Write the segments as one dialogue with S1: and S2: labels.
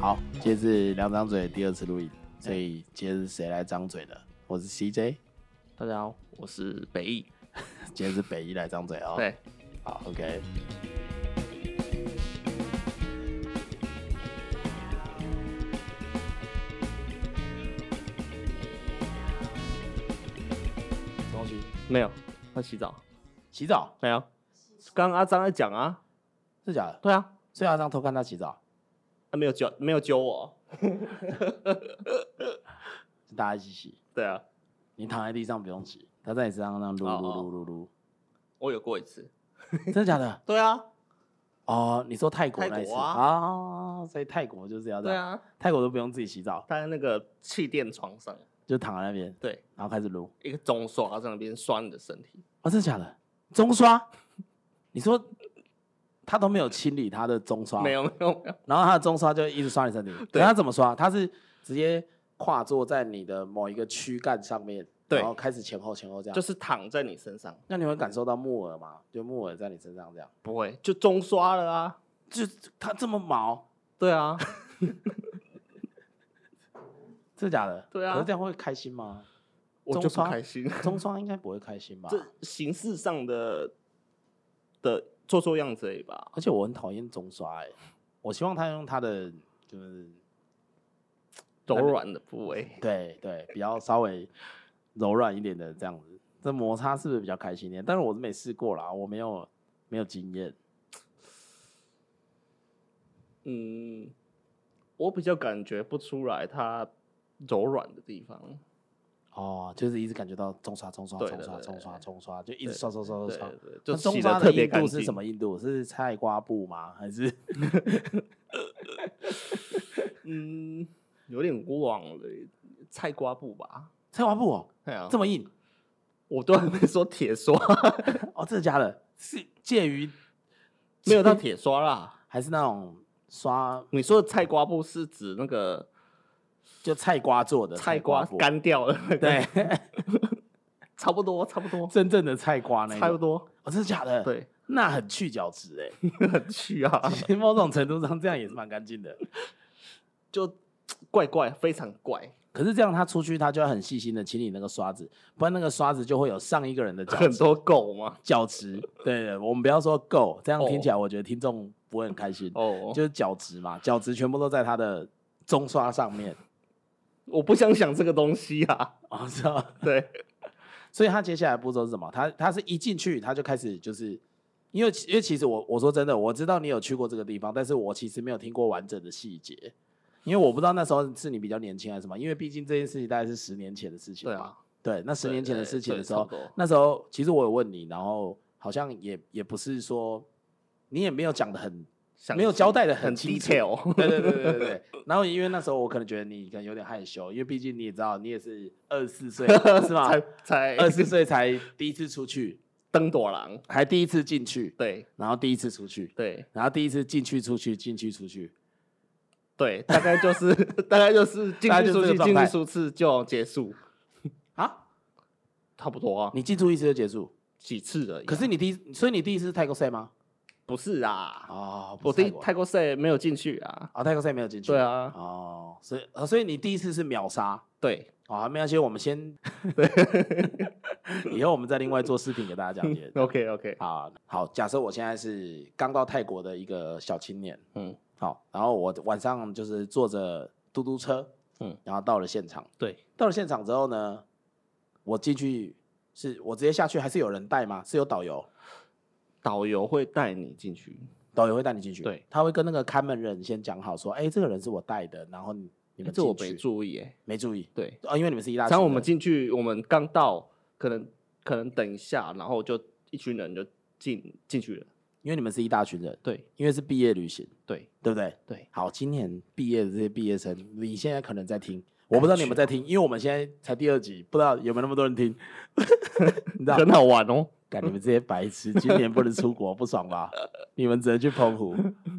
S1: 好，接着两张嘴第二次录影，所以今天是谁来张嘴的？我是 CJ，
S2: 大家好，我是北艺。
S1: 今天是北一来张嘴哦。，
S2: 对，
S1: 好，OK。什么东西？
S2: 没有，他洗澡
S1: 洗澡？
S2: 没有？刚刚阿张在讲啊，
S1: 是假的？
S2: 对啊，
S1: 所以阿张偷看他洗澡，
S2: 他没有揪，没有揪我，
S1: 是大家一起洗。
S2: 对啊，
S1: 你躺在地上不用洗，他在你身上那样撸
S2: 哦
S1: 撸
S2: 哦
S1: 撸撸撸，
S2: 我有过一次，
S1: 真的假的？
S2: 对啊，
S1: 哦，你说泰国
S2: 泰
S1: 那一次
S2: 国啊
S1: 啊？所以泰国就是要这
S2: 对
S1: 样，
S2: 啊，
S1: 泰国都不用自己洗澡，
S2: 他在那个气垫床上，
S1: 就躺在那边，
S2: 对，
S1: 然后开始撸。
S2: 一个中刷在那边刷你的身体，
S1: 啊，真的假的？中刷？ 你说他都没有清理他的中刷，
S2: 没，有没有没有，
S1: 然后他的中刷就一直刷你身体。
S2: 对
S1: 对，他怎么刷？他是直接跨坐在你的某一个躯干上面，
S2: 对
S1: 然后开始前后前后这样。
S2: 就
S1: 就是，
S2: 是躺在你身上，
S1: 那你会感受到木耳吗？就木耳在你身上这样，
S2: 不会就中刷了啊，
S1: 就他这么毛，
S2: 对啊，
S1: 真的假的？
S2: 对啊
S1: 可是这样会开心吗？
S2: 我就
S1: 中
S2: 不
S1: 刷
S2: 开心，
S1: 中刷应该不会开心吧？
S2: 这形式上的的做做样子而已吧，
S1: 而且我很讨厌中刷、欸，我希望他用他的就是
S2: 柔软的部位，
S1: 对对，比较稍微柔软一点的这样子，这摩擦是不是比较开心一点？但是我是没试过啦，我没有没有经验。
S2: 嗯，我比较感觉不出来它柔软的地方。
S1: 哦，就是一直感觉到冲刷冲刷
S2: 对
S1: 冲
S2: 对
S1: 刷
S2: 对
S1: 冲刷冲刷，就一直
S2: 对
S1: 刷刷刷刷
S2: 对
S1: 刷。
S2: 对，
S1: 那
S2: 就
S1: 中
S2: 洗
S1: 刷
S2: 的
S1: 的
S2: 特别
S1: 硬
S2: 干
S1: 度是什
S2: 净。
S1: 么硬度？是菜瓜布吗？还是
S2: 嗯，有点忘了，菜瓜布吧？
S1: 菜瓜布哦？
S2: 哎呀
S1: 这，么硬？
S2: 我都还没说铁刷，
S1: 哦，真的假的？是介于
S2: 没有到铁刷啦。
S1: 还是那种刷
S2: 你说的菜瓜布是指那个
S1: 就菜瓜做的
S2: 菜
S1: 瓜
S2: 瓜
S1: 布？
S2: 干掉了？
S1: 对，，
S2: 差不多，差不多，
S1: 真正的菜瓜那
S2: 差不
S1: 种。
S2: 多，
S1: 哦，真的假的？，
S2: 对，
S1: 那很去角质哎、
S2: 很去啊，
S1: 其实某种程度上，这样也是蛮干净的。
S2: 就怪怪，非常怪，
S1: 可是这样，他出去他就要很细心的清理那个刷子，不然那个刷子就会有上一个人的脚
S2: 很
S1: 趾。
S2: 多狗嘛。
S1: 脚趾，对对，我们不要说够，这样听起来我觉得听众不会很开心。
S2: 哦，
S1: 就是脚趾嘛，脚趾全部都在他的中刷上面，
S2: 我不想想这个东西啊。
S1: 哦，知道。
S2: 对，
S1: 所以他接下来步骤是什么？他他是一进去他就开始就是。因为其因为其实我我说真的，我知道你有去过这个地方，但是我其实没有听过完整的细节，因为我不知道那时候是你比较年轻还是什么。因为毕竟这件事情大概是十年前的事情
S2: 对
S1: 嘛
S2: 啊，
S1: 对，那十
S2: 对
S1: 年前的
S2: 对
S1: 事情
S2: 对
S1: 的时
S2: 差
S1: 候
S2: 不多，
S1: 那时候其实我有问你，然后好像也也不是说你也没有讲的很，
S2: 想
S1: 没有交代得很
S2: 很
S1: 清楚
S2: detail。
S1: 对对对对对对。然后因为那时候我可能觉得你可能有点害羞，因为毕竟你也知道你也是二十四 岁是吧？
S2: 才才
S1: 二十四岁才第一次出去，
S2: 登朵郎，
S1: 还第一次进去，
S2: 对
S1: 然后第一次出去，
S2: 对
S1: 然后第一次进去出去进去出去，
S2: 对，大概就是 大概就是进
S1: 大概就
S2: 去
S1: 是这
S2: 出
S1: 个
S2: 去
S1: 状
S2: 进
S1: 态
S2: 去数次就结束，
S1: 啊，
S2: 差不多啊，
S1: 你进出一次就结束。
S2: 几次而已啊。
S1: 可是你第一，所以你第一次是泰国赛吗？
S2: 不是啊，
S1: 哦，不
S2: 我
S1: 是
S2: 第一
S1: 国
S2: 泰国赛没有进去啊。
S1: 啊，泰国赛没有进去。
S2: 对，啊，
S1: 哦，所以呃所以你第一次是秒杀。
S2: 对，。
S1: 哦，还没关系，我们先，以后我们再另外做视频给大家讲解
S2: OK OK，
S1: 啊，好，假设我现在是刚到泰国的一个小青年，
S2: 嗯，
S1: 好，然后我晚上就是坐着嘟嘟车，
S2: 嗯，
S1: 然后到了现场，
S2: 对，
S1: 到了现场之后呢，我进去是我直接下去，还是有人带吗？是有导游，
S2: 导游会带你进去，
S1: 导游会带你进去，
S2: 对，
S1: 他会跟那个看门人先讲好说，哎、这个人是我带的，然后你你
S2: 欸
S1: 们
S2: 这
S1: 进
S2: 我
S1: 去，
S2: 没注意哎。
S1: 没注意，
S2: 对，
S1: 啊，因为你们是一大群
S2: 然
S1: 人，
S2: 后我们进去，我们刚到，可能可能等一下，然后就一群人就进进去了。
S1: 因为你们是一大群人，
S2: 对
S1: 因为是毕业旅行，
S2: 对
S1: 对不对？
S2: 对，
S1: 好，今年毕业的这些毕业生，你现在可能在听，我不知道你有没有在听，因为我们现在才第二集，不知道有没有那么多人 听。 你知道，
S2: 很好玩哦。
S1: 干你们这些白痴，今年不能出国，不爽吧？你们只能去澎湖，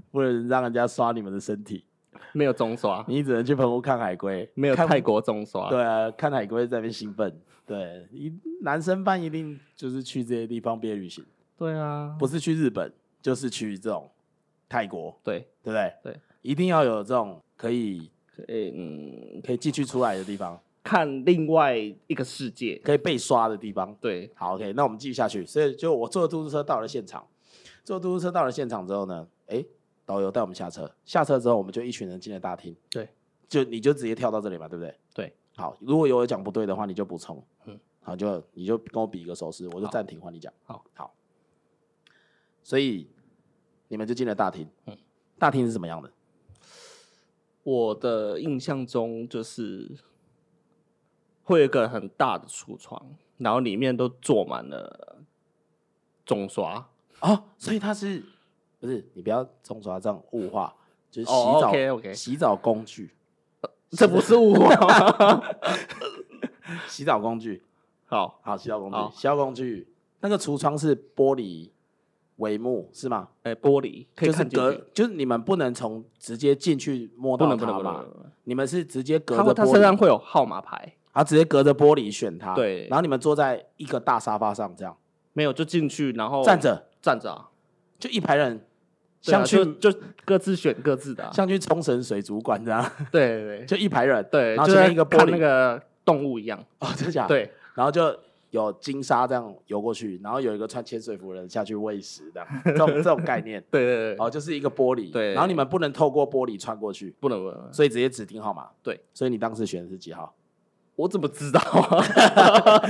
S1: 不能让人家刷你们的身体，
S2: 没有中刷，
S1: 你只能去澎湖看海龟，
S2: 没有
S1: 看
S2: 泰国中刷。
S1: 对啊，看海龟在那边兴奋。对，一男生班一定就是去这些地方毕业旅行，
S2: 对啊，
S1: 不是去日本，就是去这种泰国，
S2: 对
S1: 对不对？
S2: 对，
S1: 一定要有这种可以
S2: 诶、嗯，
S1: 可以进去出来的地方，
S2: 看另外一个世界。
S1: 可以被刷的地方。
S2: 对，
S1: 好，OK，那我们继续下去。所以就我坐出租车到了现场，坐出租车到了现场之后呢，哎、导游带我们下车，下车之后我们就一群人进了大厅。
S2: 对，
S1: 就你就直接跳到这里嘛，对不对？
S2: 对，
S1: 好，如果有我讲不对的话，你就补充。嗯
S2: 嗯，
S1: 好，就你就跟我比一个手势，我就
S2: 好
S1: 暂停换你讲。
S2: 好，
S1: 好，所以你们就进了大厅。嗯，大厅是什么样的？
S2: 我的印象中就是会有一个很大的橱窗，然后里面都坐满了中刷。
S1: 哦，所以它是不是你不要冲刷这样物化，就是洗
S2: 哦
S1: 澡、
S2: ，OK，OK
S1: 洗澡工具，
S2: 这不是我。
S1: 洗澡工具，
S2: 好，
S1: 好，洗澡工
S2: 好
S1: 具，洗澡工具，那个橱窗是玻璃帷幕是吗？
S2: 哎、玻璃可以
S1: 就是
S2: 看进
S1: 隔
S2: 去，，
S1: 就是你们不能从直接进去摸
S2: 不
S1: 到
S2: 能不
S1: 它
S2: 能不能。不
S1: 嘛？
S2: 能
S1: 你们是直接隔
S2: 他
S1: 着
S2: 会
S1: 玻
S2: 他身上
S1: 璃，
S2: 会有号码牌，
S1: 然后直接隔着玻璃选它，
S2: 对
S1: 然后你们坐在一个大沙发上，这样
S2: 没有就进去，然后
S1: 站着，
S2: 站着啊，
S1: 就一排人，
S2: 对啊
S1: 像去
S2: 就就各自选各自的啊、
S1: 像去冲绳水族馆这样，
S2: 对 对对
S1: 就一排人，
S2: 对，
S1: 然后
S2: 就
S1: 前面
S2: 在
S1: 一个玻
S2: 看
S1: 璃
S2: 那个啊动物一样，
S1: 哦，真的假的？
S2: 对，，
S1: 然后就有金沙这样游过去，然后有一个穿潜水服的人下去喂食的，这种这种概念
S2: 对对对，
S1: 哦，就是一个玻璃，
S2: 对
S1: 然后你们不能透过玻璃穿过去，
S2: 不能不能，
S1: 所以直接指定号码，
S2: 对，
S1: 所以你当时选的是几号？
S2: 我怎么知 道啊？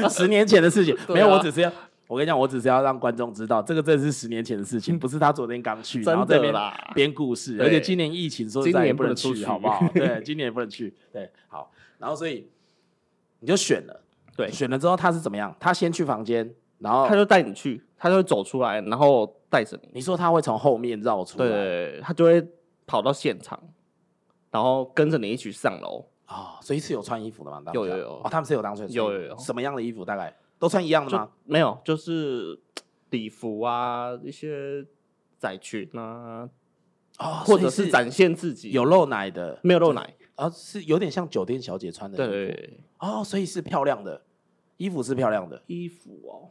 S1: 十年前的事情，
S2: 对啊
S1: 没有，我只是要。我跟你讲，我只是要让观众知道，这个真的是十年前的事 情，不是他昨天刚去，然后
S2: 真
S1: 这
S2: 的
S1: 边
S2: 啦，
S1: 编故事，
S2: 对
S1: 而且今年疫情，说实
S2: 今
S1: 在
S2: 年
S1: 也
S2: 不
S1: 能
S2: 能出
S1: 去，
S2: 去
S1: 好不好？ 对，今年也不能去。对，好，然后所以你就选了，
S2: 对
S1: 选了之后他是怎么样？他先去房间，然后
S2: 他就带你去，他就会走出来，然后带着你，
S1: 你说他会从后面绕出来，
S2: 对对对，对他就会跑到现场，然后跟着你一起上楼，
S1: 哦，所以是有穿衣服的吗？当下
S2: 有有有
S1: 哦，他们是有当穿
S2: 有有有
S1: 什么样的衣服？大概都穿一样的
S2: 就
S1: 吗？
S2: 啊没有，就是礼服啊，一些窄裙啊，
S1: 哦，
S2: 或
S1: 所以
S2: 者是
S1: 是
S2: 展现自己，
S1: 有露奶的，
S2: 没有露奶？
S1: 啊，是有点像酒店小姐穿的，
S2: 对对，对，
S1: 哦，所以是漂亮的，衣服是漂亮的，
S2: 衣服哦，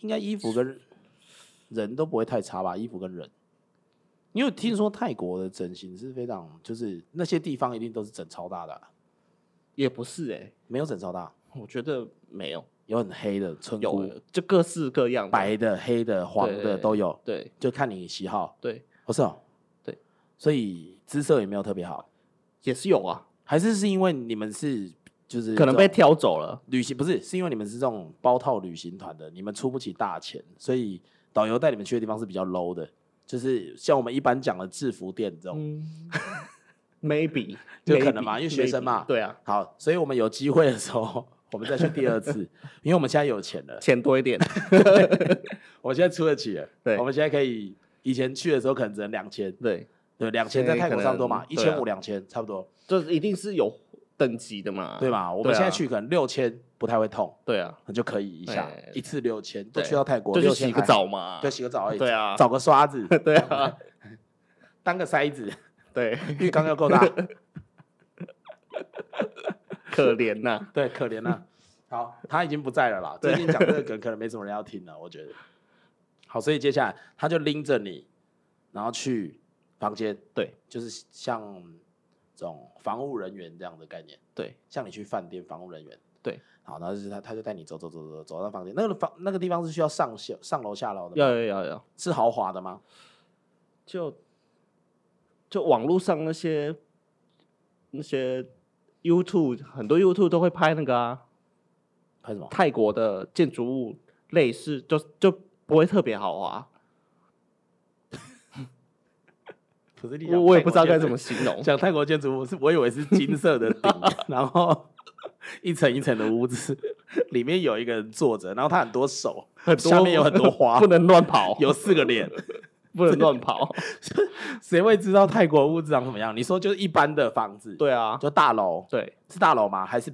S1: 应该衣服跟人都不会太差吧？衣服跟人，因为听说泰国的整形是非常，就是那些地方一定都是整超大的啊、
S2: 也不是哎、
S1: 没有整超大，
S2: 我觉得没有，
S1: 有很黑的村姑，
S2: 有就各式各样的，
S1: 白的、黑的、黄
S2: 对
S1: 的
S2: 对
S1: 都有，
S2: 对
S1: 就看你喜好。
S2: 对，
S1: 不是哦，
S2: 对，
S1: 所以姿色也没有特别好，
S2: 也是有啊，
S1: 还是是因为你们是就是
S2: 可能被
S1: 这种
S2: 挑走了，
S1: 旅行不是，是因为你们是这种包套旅行团的，你们出不起大钱，所以导游带你们去的地方是比较 low 的，就是像我们一般讲的制服店这种。
S2: 嗯 ，maybe
S1: 就
S2: maybe，
S1: 可能嘛因为学生嘛
S2: maybe，对啊，
S1: 好，所以我们有机会的时候， 我们再去第二次，因为我们现在有钱了，
S2: 钱多一 点，
S1: 我现在出得起了，
S2: 对
S1: 我们现在可以。以前去的时候可能只能两千，
S2: 对，
S1: 对，两千
S2: 现
S1: 在
S2: 在
S1: 泰国
S2: 可
S1: 差不多
S2: 能
S1: 嘛，一
S2: 对啊
S1: 千五两千差不多，
S2: 就是一定是有等级的嘛，
S1: 对吧？我们
S2: 对啊
S1: 现在去可能六千不太会痛，
S2: 对啊，
S1: 那就可以一下
S2: 对
S1: 一次六千，都
S2: 对
S1: 去到泰国
S2: 就去
S1: 6000
S2: 洗个
S1: 还
S2: 澡嘛，
S1: 对，洗个澡而已，
S2: 对啊
S1: 找个刷子
S2: 对啊，
S1: 当个筛子，
S2: 对，
S1: 浴缸要够大，
S2: 可怜呐、
S1: 对，可怜啊。好，他已经不在了啦，最近讲这个梗可能没什么人要听了，我觉得。好，所以接下来他就拎着你，然后去房间，
S2: 对，
S1: 就是像这种防务人员这样的概念，
S2: 对，
S1: 像你去饭店防务人员，
S2: 对。
S1: 好，然后就是他，他就带你走走走走走到房间，那个房那个地方是需要上下上楼下楼的吗，
S2: 要要要要，
S1: 是豪华的吗？
S2: 就就网络上那些那些 YouTube 很多 YouTube 都会拍那个啊，
S1: 拍什么？
S2: 泰国的建筑物类似，就就不会特别豪华，
S1: 可是你
S2: 我
S1: 讲
S2: 我也
S1: 泰
S2: 不知
S1: 国
S2: 道该
S1: 建
S2: 怎
S1: 筑。
S2: 么形容
S1: 讲泰国建筑物是，我以为是金色的顶，啊 然后一层一层的屋子，里面有一个人坐着，然后他很多手，
S2: 很多
S1: 下面有很多花
S2: 不，能乱跑，
S1: 有四个脸，
S2: 不能乱跑。
S1: 谁会知道泰国屋子长什么样？你说就是一般的房子，，
S2: 对啊，
S1: 就大楼，
S2: 对，
S1: 是大楼吗？还是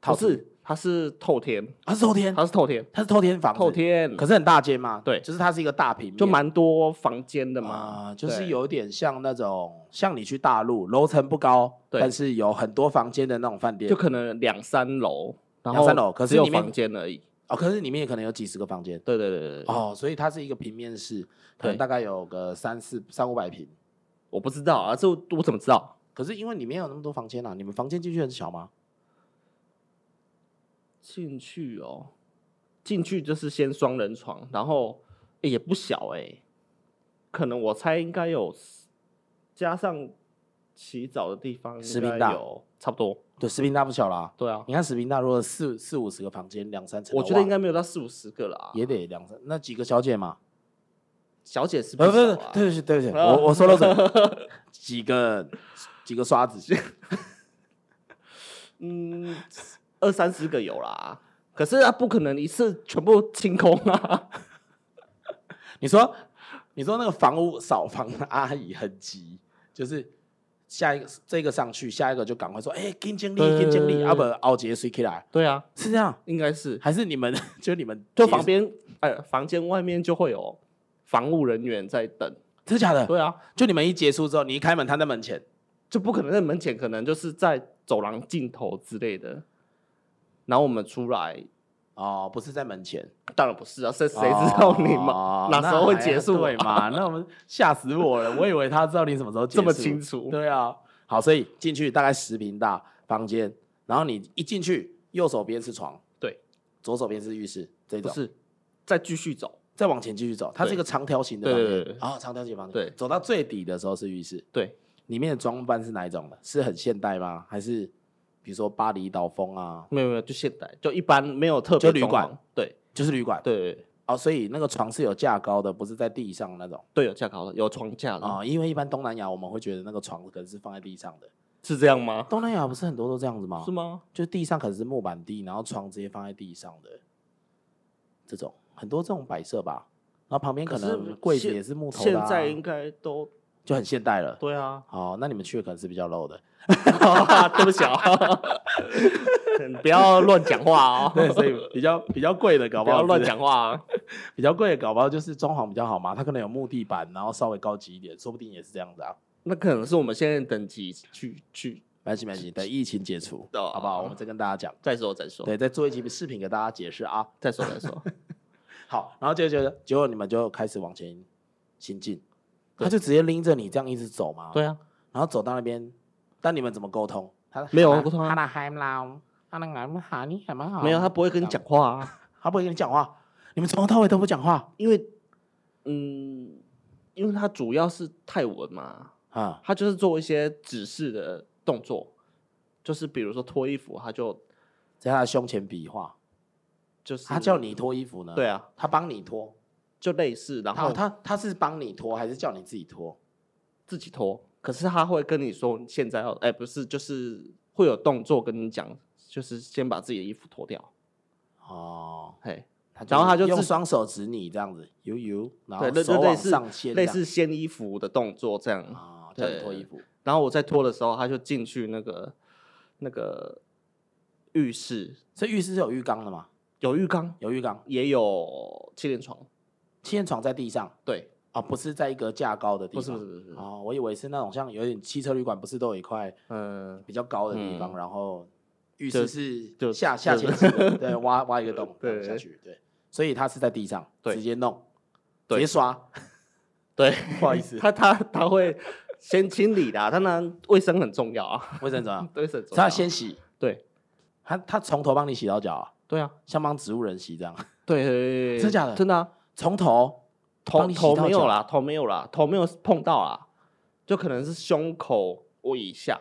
S2: 它
S1: 套子？
S2: 是它是透天，
S1: 它是透天，
S2: 它是透天，
S1: 它是透天房子，
S2: 透，天，
S1: 可是很大间嘛，
S2: 对
S1: 就是它是一个大平面，
S2: 就蛮多房间的嘛
S1: 啊，，就是
S2: 对
S1: 有点像那种像你去大陆，楼层不高，
S2: 对
S1: 但是有很多房间的那种饭店
S2: 就，可能两三楼，然
S1: 两
S2: 后
S1: 三楼可是
S2: 只有
S1: 里面
S2: 房间而已。
S1: 哦，可是里面也可能有几十个房间。
S2: 对
S1: 哦
S2: 对对对对，
S1: 哦，所以它是一个平面式，可能
S2: 对
S1: 大概有个三四三五百平，
S2: 我不知道啊，这我我怎么知道？
S1: 可是因为里面有那么多房间啊，你们房间进去很小吗？
S2: 进去哦，进去就是先双人床，然后、诶也不小哎、可能我猜应该有加上洗澡的地方
S1: 十
S2: 应
S1: 平
S2: 该
S1: 大
S2: 有差不多，
S1: 对，十平大不小啦。
S2: 对啊，
S1: 你看十平大，如果四四五十个房间，两三层的
S2: 我
S1: 话，
S2: 觉得应该没有到四五十个啦，
S1: 也得两三那几个小姐嘛。
S2: 小姐是
S1: 呃，不
S2: 少
S1: 是，
S2: 啊
S1: 对不起，对不起，
S2: 啊
S1: 我我说漏嘴， 几个几个刷子，
S2: 嗯，二三十个有啦，可是啊，不可能一次全部清空啊，
S1: 你说，你说那个房屋扫房的阿姨很急，就是下一个这个上去，下一个就赶快说，哎、跟经理，
S2: 对
S1: 跟经理，啊不，熬杰睡起来，
S2: 对啊，
S1: 是这样，
S2: 应该是
S1: 还是你们 就你们
S2: 就
S1: 结
S2: 旁，边呃房间外面就会有防务人员在等，
S1: 真的假的？
S2: 对啊，
S1: 就你们一结束之后，你一开门，他在门前，
S2: 就不可能在门前，可能就是在走廊尽头之类的。然后我们出来，
S1: 哦，不是在门前，
S2: 当然不是啊，谁谁知道你嘛、
S1: 哦
S2: 哪时候会结
S1: 那
S2: 束
S1: 还对嘛？那我们 吓死我了，我以为他知道你什么时候结
S2: 这
S1: 束，
S2: 么清楚？
S1: 对啊，好，所以进去大概十平大房间，然后你一进去，右手边是床，
S2: 对，
S1: 左手边是浴室，这
S2: 不
S1: 种，
S2: 是，再继续走，
S1: 再往前继续走，它是一个长条形的房
S2: 对对对
S1: 间
S2: 对，
S1: 啊、长条形房间，
S2: 对
S1: 走到最底的时候是浴室，
S2: 对，
S1: 里面的装扮是哪一种的？是很现代吗？还是比如说巴厘岛风啊？
S2: 没有没有，就现代，就一般没有特别
S1: 就旅
S2: 装
S1: 馆
S2: 潢，对
S1: 就是旅馆
S2: 对对
S1: 哦，所以那个床是有架高的，不是在地上那种
S2: 对，有架高的，有床架的，
S1: 啊、因为一般东南亚我们会觉得那个床可能是放在地上的，
S2: 是这样吗？
S1: 东南亚不是很多都这样子吗？
S2: 是吗？
S1: 就地上可能是木板地，然后床直接放在地上的，这种很多这种摆设吧。然后旁边可
S2: 可是
S1: 能柜子
S2: 现
S1: 也是木头
S2: 现
S1: 的、啊，
S2: 在应该都
S1: 就很现代了。，
S2: 对啊
S1: 好，那你们去的可能是比较 low 的，
S2: 对不起啊， 你不要乱讲话哦，
S1: 对，所以比较比较贵的，搞不
S2: 不
S1: 好
S2: 要乱
S1: 是，
S2: 讲话啊。
S1: 比较贵的搞不好就是装潢比较好嘛，它可能有木地板，然后稍微高级一点，说不定也是这样子啊。
S2: 那可能是我们现在等级去去
S1: 没关系，没关系，等疫情解除，
S2: 哦
S1: 好不好？我们再跟大家讲，
S2: 再说再说，
S1: 对，再做一期视频给大家解释啊。
S2: 再说再 说。
S1: 好，然后就觉得，结果你们就开始往前行进，
S2: 对
S1: 他就直接拎着你这样一直走嘛。
S2: 对啊，
S1: 然后走到那边，但你们怎么沟通？他
S2: 没有沟通啊
S1: 他那喊啦，他那俺们喊你什么？
S2: 没有他，不会跟你讲话啊，
S1: 他不会跟你讲话，你们从头到尾都不讲话
S2: 因为嗯，因为他主要是泰文嘛，
S1: 啊。
S2: 他就是做一些指示的动作，就是比如说脱衣服，他就
S1: 在他的胸前比划，
S2: 就是
S1: 他叫你脱衣服呢，
S2: 对，啊，
S1: 他帮你脱，哦
S2: 就类似，然
S1: 他
S2: 后
S1: 他他是帮你脱还是叫你自己脱？
S2: 自己脱，可是他会跟你说你现在要，哎、不是，就是会有动作跟你讲，就是先把自己的衣服脱掉，
S1: 哦，
S2: 嘿，
S1: 就
S2: 然后他就
S1: 用
S2: 自
S1: 双手指你这样子，悠悠，然
S2: 对
S1: 后
S2: 类
S1: 手
S2: 类
S1: 往
S2: 似
S1: 上牵这
S2: 类
S1: 样，
S2: 似掀衣服的动作这样。
S1: 啊，叫你
S2: 对
S1: 脱衣服。
S2: 然后我在脱的时候，他就进去那个那个浴室，
S1: 所以浴室是有浴缸的嘛？
S2: 有浴缸，
S1: 有浴缸，
S2: 也有气垫床，
S1: 七人床在地上
S2: 对，
S1: 啊，不是在一个架高的地
S2: 不
S1: 方。
S2: 是不是不是不是，
S1: 哦，我以为是那种像有点汽车旅馆，不是都有一块
S2: 嗯，
S1: 比较高的地方，
S2: 嗯
S1: 然后浴
S2: 就
S1: 室是
S2: 就
S1: 下下
S2: 就
S1: 潜式的，对，挖挖一个洞
S2: 对
S1: 然后下去，对，所以它是在地上
S2: 对
S1: 直接弄，直
S2: 对
S1: 接刷，
S2: 对，
S1: 不好意思，
S2: 他 他他会先清理的啊、当然卫生很重要啊，
S1: 卫生怎么样？
S2: 卫生很重要，
S1: 他先洗，
S2: 对
S1: 他他从头帮你洗到脚啊，
S2: 对啊，
S1: 像帮植物人洗这样，
S2: 对对对对，
S1: 真假的
S2: 真的啊，
S1: 从头
S2: 头
S1: 帮你洗
S2: 头
S1: 到
S2: 没有
S1: 脚
S2: 啦，头没有啦，头没有碰到啦，就可能是胸口我以下，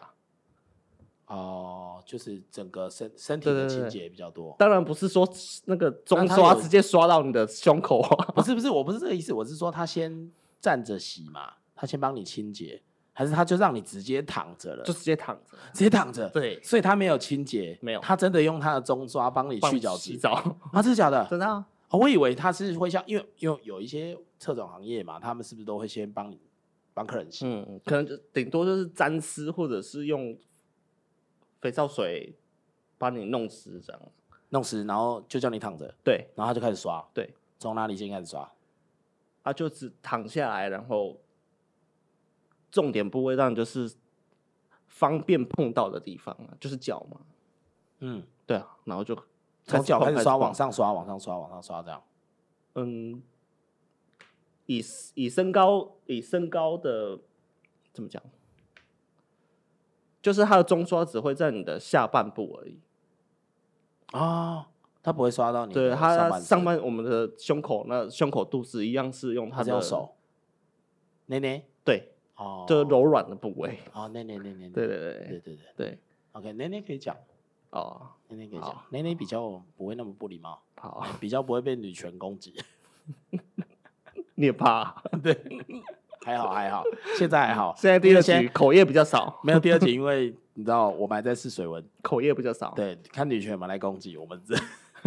S1: 哦，就是整个身身体
S2: 对
S1: 的
S2: 对
S1: 清
S2: 对
S1: 洁比较多。
S2: 当然不是说那个中
S1: 那他
S2: 刷
S1: 有
S2: 直接刷到你的胸口啊，
S1: 不是不是，我不是这个意思，我是说他先站着洗嘛，他先帮你清洁，还是他就让你直接躺着了，
S2: 就直接躺着，
S1: 直接躺着，
S2: 对，
S1: 所以他没有清洁，
S2: 没有
S1: 他真的用他的中刷帮你去角
S2: 洗
S1: 质
S2: 澡，
S1: 啊，真的假的？
S2: 真的啊，
S1: 哦我以为他是会像，因为因为有一些特种行业嘛，他们是不是都会先帮你帮客人洗？
S2: 嗯，可能就顶多就是沾湿或者是用肥皂水把你弄湿这样，
S1: 弄湿，然后就叫你躺着，
S2: 对
S1: 然后他就开始刷，
S2: 对，
S1: 从哪里先开始刷？
S2: 啊，就只躺下来，然后重点部位当然就是方便碰到的地方啊，就是脚嘛。
S1: 嗯，
S2: 对啊，然后就
S1: 从脚
S2: 碰
S1: 开始刷，
S2: 碰
S1: 往上刷，往上刷，往上刷，这样。
S2: 嗯，以以身高以身高的怎么讲？就是它的中刷只会在你的下半部而已，
S1: 哦，他不会刷到你的
S2: 对
S1: 上
S2: 它
S1: 半
S2: 上
S1: 身
S2: 半我们的胸口那胸口肚子一样是用它
S1: 还是
S2: 的
S1: 用，手，捏捏
S2: 对，
S1: 哦，
S2: 就是柔软的部位，
S1: 哦，捏捏捏捏，
S2: 对
S1: 对
S2: 对对
S1: 对对对
S2: 对，
S1: ，OK，捏捏可以讲，
S2: 哦，
S1: 捏捏可以讲
S2: 好，
S1: 捏捏比较不会那么不礼貌，
S2: 好，
S1: 比较不会被女权攻击，
S2: 你也怕？
S1: 还好还好，现在还好，
S2: 现在第二
S1: 因为
S2: 集
S1: 先
S2: 口业比较少，
S1: 没有第二集，因为你知道我们还在试水温，
S2: 口业比较少，
S1: 对，看女权有没有来攻击，我们这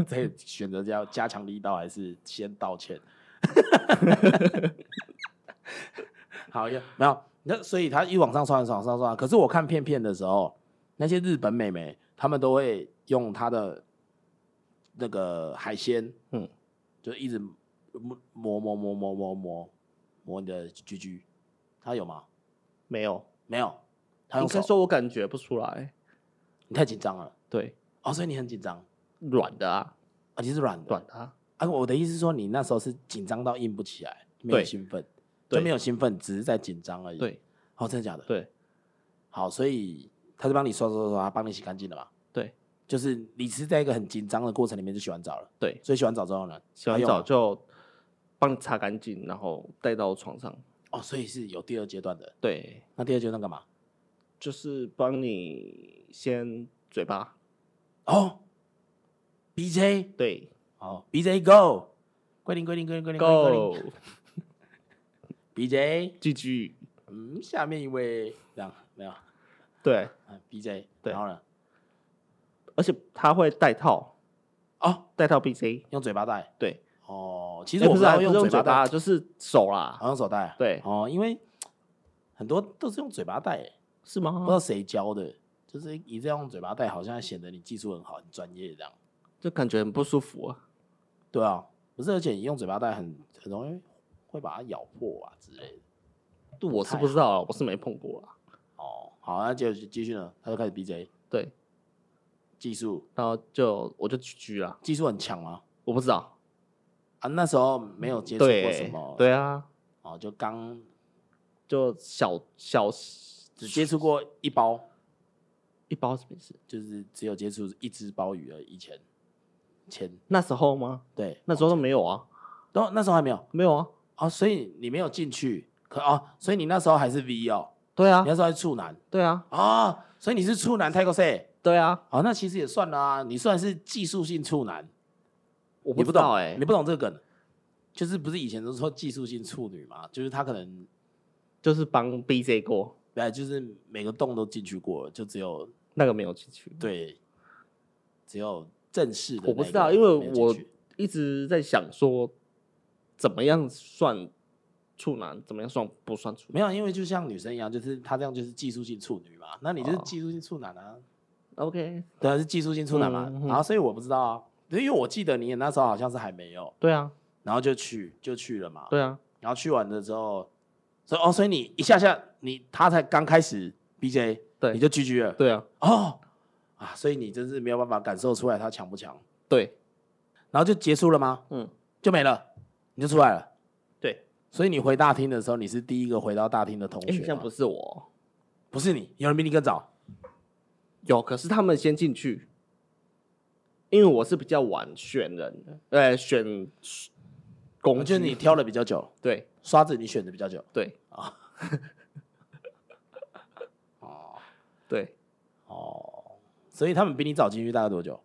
S1: 这选择要加强力道，还是先道歉？ 好，有没有？那所以他一往上刷，一往上刷。可是我看片片的时候，那些日本美眉，她们都会用她的那个海鲜，
S2: 嗯，
S1: 就一直磨磨磨磨磨磨磨磨你的居居，她有吗？
S2: 没有，
S1: 没有，她
S2: 应
S1: 用
S2: 该
S1: 手。
S2: 说我感觉不出来，
S1: 你太紧张了
S2: 对，
S1: 哦，所以你很紧张啊
S2: 软的啊，，
S1: 哦你是软的。
S2: 软的啊，
S1: 啊，我的意思是说，你那时候是紧张到硬不起来，没有
S2: 对
S1: 兴奋，
S2: 对
S1: 就没有兴奋，只是在紧张而已。，
S2: 对
S1: 哦，真的假的？
S2: 对
S1: 好，所以他是帮你刷刷刷，他帮你洗干净了嘛？
S2: 对
S1: 就是你是在一个很紧张的过程里面就洗完澡了，
S2: 对，
S1: 所以洗完澡之后呢，
S2: 洗完
S1: 还有
S2: 澡
S1: 吗
S2: 就帮你擦干净，然后带到床上，
S1: 哦，所以是有第二阶段的。
S2: 对，
S1: 那第二阶段干嘛？
S2: 就是帮你先嘴巴，
S1: 哦，BJ，
S2: 对
S1: 哦，BJ Go，规定规定规定规定规定
S2: ，Go
S1: ，BJ，
S2: GG，
S1: 嗯，下面一位这样没有，
S2: 对，
S1: 嗯，BJ，
S2: 对
S1: 然后呢，
S2: 而且他会带套，
S1: 哦，
S2: 带套 BC，
S1: 用嘴巴带。
S2: 对，
S1: 哦，其
S2: 其
S1: 实我
S2: 不是啊
S1: 道
S2: 不是
S1: 用
S2: 用
S1: 嘴
S2: 嘴
S1: 巴带
S2: 巴，，就是手啦，
S1: 好像手带。
S2: 对
S1: 哦，因为很多都是用嘴巴带欸，
S2: 是
S1: 不知道
S2: 吗？
S1: 谁教的，就是一直要用嘴巴带，好像显得你技术很好、很专业这样。
S2: 就感觉很不舒服啊，
S1: 对啊，不是，而且你用嘴巴带很很容易会把它咬破啊之类的。
S2: 我是不知道啊，我是没碰过啦，
S1: 哦，好，那接着继续呢，他就开始 BJ
S2: 对，
S1: 技术，
S2: 然后就我就 GG 啦，
S1: 技术很强吗？
S2: 我不知道，
S1: 啊，那时候没有接触过什
S2: 嗯对
S1: 么，，
S2: 对啊，
S1: 哦，就刚
S2: 就小小
S1: 只接触过一包，
S2: 一包什么意思？
S1: 就是只有接触一只鲍鱼而已。以前，前
S2: 那时候吗？
S1: 对，
S2: 那时候都没有啊，
S1: 都那时候还没有
S2: 没有啊，
S1: 哦，所以你没有进去，可哦，所以你那时候还是 V 哦，
S2: 对啊
S1: 你，那时候还是处男
S2: 对啊，
S1: 啊、哦，所以你是处男 t a c o C
S2: 对啊，
S1: 哦，那其实也算啦、你算是技术性处男，
S2: 我
S1: 你
S2: 不知
S1: 懂
S2: 道哎
S1: 你，不懂这个梗，就是不是以前都说技术性处女嘛，就是他可能
S2: 就是帮 BJ 过，
S1: 哎，就是每个洞都进去过，就只有
S2: 那个没有进去，
S1: 对，只有正式的那个
S2: 我不知道，因为
S1: 没有进
S2: 我
S1: 去
S2: 一直在想说，怎么样算处男，怎么样算不算处
S1: 没
S2: 男？
S1: 有，因为就像女生一样，就是她这样就是技术性处女嘛，那你就是
S2: 哦
S1: 技术性处男啊。
S2: OK，
S1: 对啊，是技术性出来嘛，
S2: 嗯嗯
S1: 然后所以我不知道啊，因为我记得你也那时候好像是还没有，
S2: 对啊，
S1: 然后就去就去了嘛，
S2: 对啊，
S1: 然后去完了之后，所以哦，所以你一下下你他才刚开始 BJ，
S2: 对
S1: 你就 GG 了，
S2: 对啊，
S1: 哦啊，所以你真是没有办法感受出来他强不强，
S2: 对，
S1: 然后就结束了吗？
S2: 嗯，
S1: 就没了，你就出来了，
S2: 对，
S1: 所以你回大厅的时候，你是第一个回到大厅的同
S2: 哎，
S1: 学
S2: 好像
S1: 吗，
S2: 不是我，
S1: 不是你，有人比你更早，
S2: 有，可是他们先进去，因为我是比较晚选人的，呃，选工具
S1: 就是你，挑了比较久，
S2: 对
S1: 刷子你选的比较久，
S2: 对
S1: 啊 哦
S2: 对，
S1: 哦，所以他们比你早进去大概多久？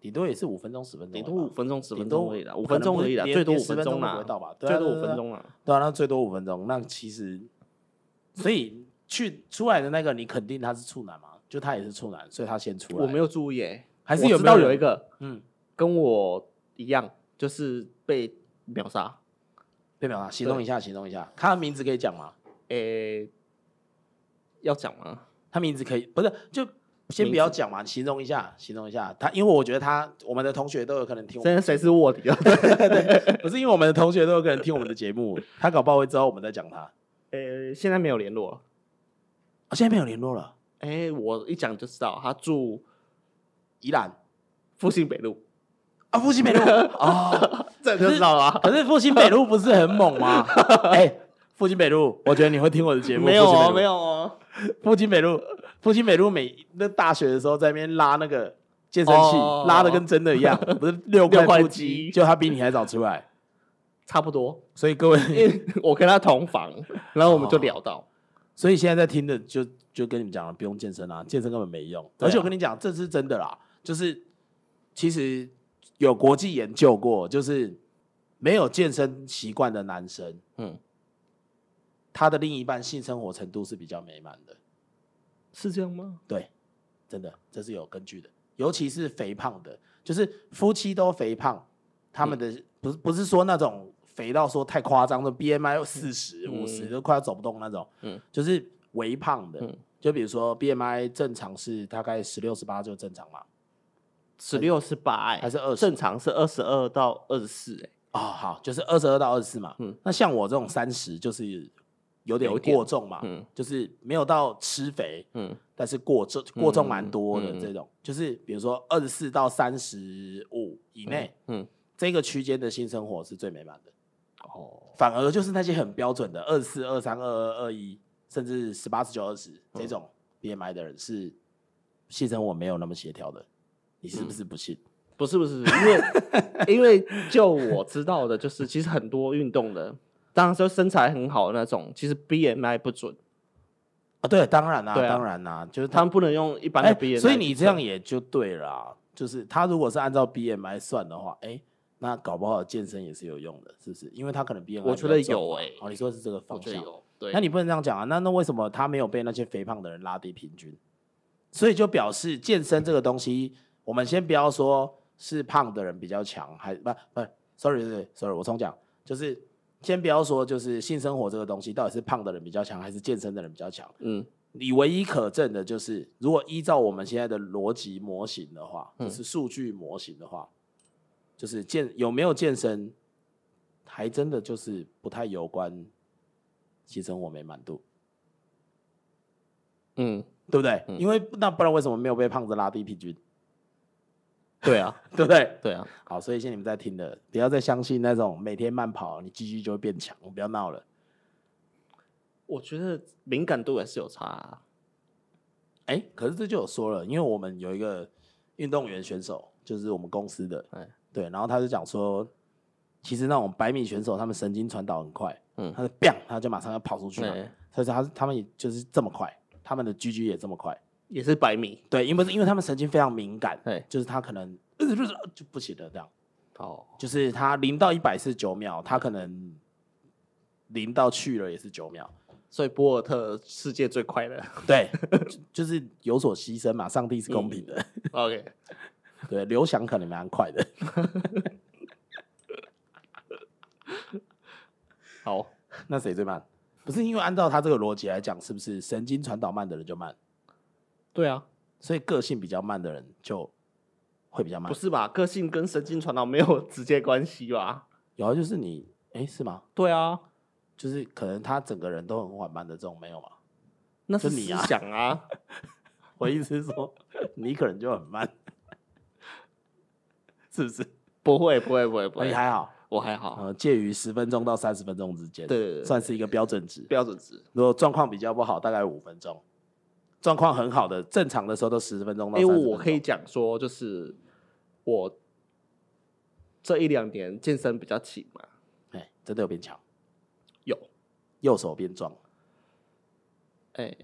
S1: 顶多也是五分钟、十分钟了吧，
S2: 顶多五分钟十
S1: 顶
S2: 分
S1: 多
S2: 钟而已啦，五分钟而已啦，
S1: 可能不是连连10
S2: 最多五分钟
S1: 都不
S2: 啦
S1: 会，到吧？对啊
S2: 最多
S1: 对啊
S2: 五分
S1: 对啊
S2: 钟啦，
S1: 对啊，那最多五分钟。那其实，所以去出来的那个，你肯定他是处男嘛？就他也是处男，所以他先出来。
S2: 我没有注意诶，
S1: 还是
S2: 我
S1: 有
S2: 知
S1: 没有
S2: 道
S1: 人
S2: 有一个
S1: 嗯
S2: 跟我一样，就是被秒杀，
S1: 对没有啊？形容一下，形容一下，他的名字可以讲吗？
S2: 诶，要讲吗？
S1: 他名字可以不是就。先不要讲嘛，形容一下，形容一下他，因为我觉得他我们的同学都有可能听我们
S2: 现在谁是卧底啊？
S1: 不 是因为我们的同学都有可能听我们的节目，他搞不好会知道我们在讲他。
S2: 诶，现在没有联络了。
S1: 哦，现在没有联络了。
S2: 诶，我一讲就知道，他住
S1: 宜兰
S2: 复兴北路，
S1: 啊，复 兴北路啊、
S2: 这样就知道了啊。
S1: 可是复兴北路不是很猛吗？哎、复兴北路，我觉得你会听我的节目。
S2: 没有哦，没
S1: 有。
S2: 有哦，
S1: 复兴北路，复兴北路每那大学的时候在那边拉那个健身器，
S2: 哦
S1: 拉的跟真的一 样，不是六块
S2: 六块
S1: 腹肌，
S2: 肌
S1: 就他比你还早出来。
S2: 差不多。
S1: 所以各 位，
S2: 因为我跟他同房，然后我们就聊到，
S1: 所以现在在听的就就跟你们讲了，不用健身啦、健身根本没用。
S2: 对啊
S1: 而且我跟你讲，这是真的啦，就是其实有国际研究过，就是没有健身习惯的男生，
S2: 嗯，
S1: 他的另一半性生活程度是比较美满的。
S2: 是这样吗？
S1: 对，真的，这是有根据的。尤其是肥胖的，就是夫妻都肥胖，他们的、
S2: 嗯
S1: 不是不是说那种肥到说太夸张的 BMI 四十五十都快要走不动那种，
S2: 嗯
S1: 就是微胖的。
S2: 嗯
S1: 就比如说 BMI 正常是大概十六十八就正常嘛，
S2: 十六是八，哎
S1: 还是20
S2: 正常是二十二到二十四，哎，
S1: 哦，好，就是二十二到二十四嘛。
S2: 嗯
S1: 那像我这种三十就是有点
S2: 有一点
S1: 过重嘛，
S2: 嗯
S1: 就是没有到吃肥，
S2: 嗯
S1: 但是过重过重蛮多的
S2: 嗯嗯
S1: 这种，就是比如说二十四到三十五以内、
S2: 嗯，
S1: 这个区间的性生活是最美满的，
S2: 哦，
S1: 反而就是那些很标准的二四、二三、二二、二一，甚至十八、十九、二十
S2: 嗯
S1: 这种 BMI 的人是性生活没有那么协调的，你是不
S2: 嗯
S1: 是不信？
S2: 不是不是，不是因 为因为就我知道的，就是其实很多运动的，当然说身材很好的那种，其实 BMI 不准，
S1: 啊，对，当然啦、
S2: 对啊
S1: 当然啦、就是
S2: 他们不能用一般
S1: 哎
S2: 的 BMI，、
S1: 所以你这样，也就对了啊、就是他如果是按照 BMI 算的话，哎、那搞不好健身也是有用的，是不是？因为他可能 BMI
S2: 我觉得
S1: 比较重
S2: 有
S1: 嘛
S2: 哎
S1: 哦，你说是这个
S2: 我
S1: 方
S2: 觉得
S1: 向，
S2: 有，对，
S1: 那你不能这样讲啊。那那为什么他没有被那些肥胖的人拉低平均？所以就表示健身这个东西，我们先不要说是胖的人比较强，还不不，sorry sorry sorry，我重讲，就是先不要说就是性生活这个东西到底是胖的人比较强还是健身的人比较强。
S2: 嗯
S1: 你唯一可证的就是，如果依照我们现在的逻辑模型的话，
S2: 嗯
S1: 就是数据模型的话，就是健有没有健身，还真的就是不太有关性生活美满度，
S2: 嗯，
S1: 对不对？
S2: 嗯
S1: 因为那不然为什么没有被胖子拉低平均，
S2: 对啊
S1: 对不对？
S2: 对啊，
S1: 好，所以现在你们在听的，不要再相信那种每天慢跑你肌肌就会变强，不要闹了。
S2: 我觉得敏感度也是有差、啊，
S1: 哎、可是这就有说了，因为我们有一个运动员选手，就是我们公司的，
S2: 哎
S1: 对，然后他就讲说，其实那种百米选手，他们神经传导很快，
S2: 嗯哎
S1: 他就 biang，他就马上要跑出去嘛，
S2: 对，
S1: 所以说他他们也就是这么快，他们的 GG 也这么快，
S2: 也是百米，
S1: 对，因为因为他们神经非常敏感，
S2: 对，
S1: 就是他可能、呃呃呃就不行了这样，
S2: 哦，
S1: 就是他零到一百是九秒，他可能零到去了也是九秒，
S2: 所以博尔特世界最快的
S1: 对，就就是有所牺牲嘛，上帝是公平的。
S2: 嗯，OK，
S1: 对，刘翔可能蛮快的。
S2: 好，
S1: 那谁最慢？不是因为按照他这个逻辑来讲，是不是神经传导慢的人就慢，
S2: 对啊，
S1: 所以个性比较慢的人就会比较慢
S2: 不？是吧？个性跟神经传导没有直接关系吧？
S1: 有啊，就是你，哎、是吗？
S2: 对啊，
S1: 就是可能他整个人都很缓慢的这种没有嘛？
S2: 那
S1: 就是你啊
S2: 思想啊，
S1: 我意思是说，你可能就很 慢，是不是？
S2: 不会不会不会不
S1: 你
S2: 会，
S1: 哎还好，
S2: 我还好，
S1: 呃，介于十分钟到三十分钟之间，
S2: 对对对
S1: 算是一个标准值。
S2: 标准值。
S1: 如果状况比较不好，大概五分钟；状况很好的，正常的时候都十分钟到
S2: 因
S1: 30
S2: 为
S1: 分钟。
S2: 我可以讲说，就是我这一两年健身比较勤嘛，
S1: 哎、真的有变强，
S2: 有
S1: 右手变壮。
S2: 哎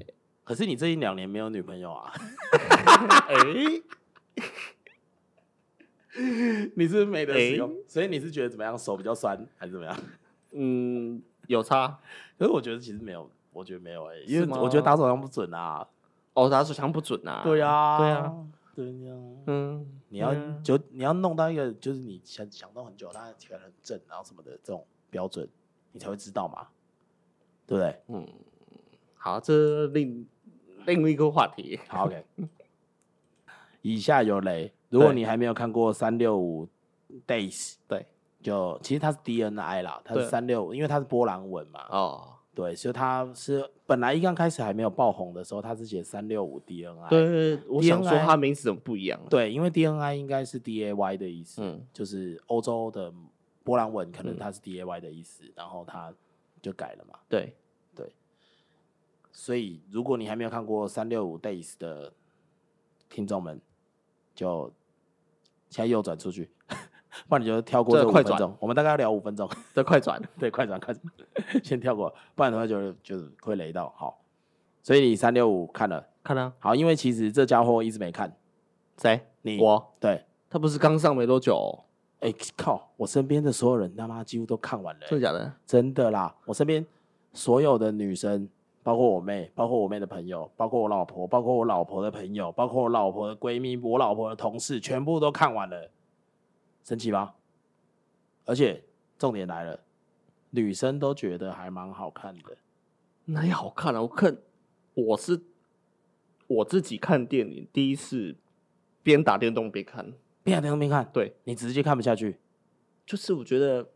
S1: 可是你这一两年没有女朋友啊？
S2: 哎，
S1: 你是不是没得使用，
S2: 哎
S1: 所以你是觉得怎么样？手比较酸还是怎么样？
S2: 嗯，有差
S1: 可是我觉得其实没有，我觉得没有哎、因为
S2: 是吗
S1: 我觉得打手枪不准啊。
S2: 哦，打手枪不准啊，
S1: 对啊，
S2: 对啊，
S1: 对呀。
S2: 嗯，
S1: 你要
S2: 嗯
S1: 就你要弄到一个，就是你想想弄很久，它起来很正，然后什么的这种标准，你才会知道嘛，对不对？
S2: 嗯好，这另另一个话题，
S1: 好，OK。以下有雷，如果
S2: 对
S1: 你还没有看过三六五 days，
S2: 对
S1: 就其实它是 DNI 啦，它是
S2: 对
S1: 三六五，因为它是波兰文嘛，
S2: 哦，
S1: 对，所以它是本来一刚开始还没有爆红的时候，它是写三六五 DNI，
S2: 对，我想说
S1: DNI
S2: 他名字怎么不一样？
S1: 哎对因为 DNI 应该是 DAY 的意思，
S2: 嗯
S1: 就是欧洲的波兰文可能它是 DAY 的意思，然后它就改了嘛。
S2: 对，
S1: 所以如果你还没有看过三六五 days 的听众们，就现在右转出去，不然你就跳过
S2: 这
S1: 这五
S2: 快
S1: 分
S2: 转
S1: 钟。我们大概要聊五分钟，
S2: 这快转，
S1: 对，快转快 转，先跳过，不然的话就就是会雷到。好，所以你三六五看了，
S2: 看啊，
S1: 好，因为其实这家伙一直没看
S2: 谁？
S1: 你，
S2: 我，
S1: 对，
S2: 他不是刚上没多久哦、
S1: 哎、靠，我身边的所有人他妈几乎都看完了、欸
S2: 真的假的？
S1: 真的啦，我身边所有的女生，包括我妹，包括我妹的朋友，包括我老婆，包括我老婆的朋友，包括我老婆的闺蜜，我老婆的同事，全部都看完了，神奇吧？而且重点来了，女生都觉得还蛮好看的。
S2: 哪里好看啊？我看我是我自己看电影，第一次边打电动边看，
S1: 边看边看，
S2: 对，
S1: 你直接看不下去，
S2: 就是我觉得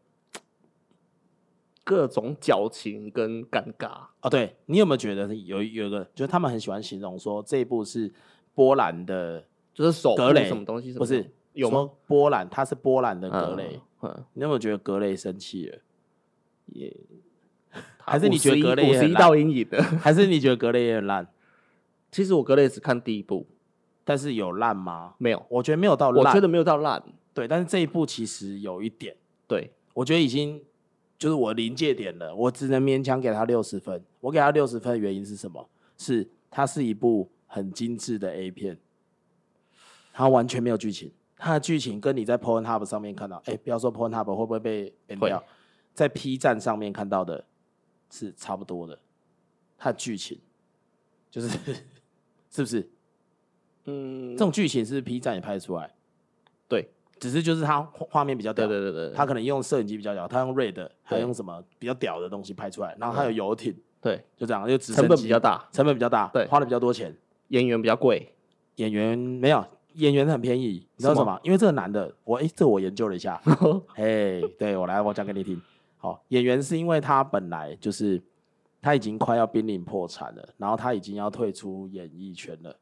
S2: 各种矫情跟尴尬，
S1: 哦，对你有没有觉得有有一个，就是他们很喜欢形容说这一部是波兰的，
S2: 就是手
S1: 格雷
S2: 什么东西什么
S1: 不是
S2: 有吗？
S1: 说波兰，它是波兰的格雷，
S2: 嗯，嗯
S1: 你有没有觉得格雷生气了？
S2: 也
S1: 还是你觉得格雷
S2: 五
S1: 也
S2: 十
S1: 很
S2: 一
S1: 烂
S2: 道阴影的？
S1: 还是你觉得格雷也很烂？
S2: 其实我格雷只看第一部，
S1: 但是有烂吗？
S2: 没有，
S1: 我觉得没有到
S2: 我
S1: 烂，
S2: 觉得没有到烂，
S1: 对。但是这一部其实有一点，
S2: 对，
S1: 我觉得已经就是我临界点了，我只能勉强给他六十分。我给他六十分的原因是什么？是它是一部很精致的 A 片，它完全没有剧情，它的剧情跟你在 Pornhub 上面看到，哎、不要说 Pornhub 会不会被 ban
S2: 会
S1: 掉，在 P 站上面看到的是差不多的，它的剧情就是 是不是？
S2: 嗯
S1: 这，种剧情是不是 P 站也拍得出来，
S2: 嗯对，
S1: 只是就是它画画面比较屌，
S2: 对对对对，
S1: 他可能用摄影机比较屌，他用 Red，还
S2: 对
S1: 用什么比较屌的东西拍出来，然后他有游艇，
S2: 对
S1: 就这样，就直升
S2: 成本
S1: 机
S2: 比较，大，
S1: 成本比较大，
S2: 对
S1: 花了比较多钱，
S2: 演员比较贵，
S1: 演员没有，演员很便宜，你知道
S2: 是吗
S1: 什么？因为这个男的，我哎、这我研究了一下， 哎，对我来，我讲给你听。好，演员是因为他本来就是他已经快要濒临破产了，然后他已经要退出演艺圈了。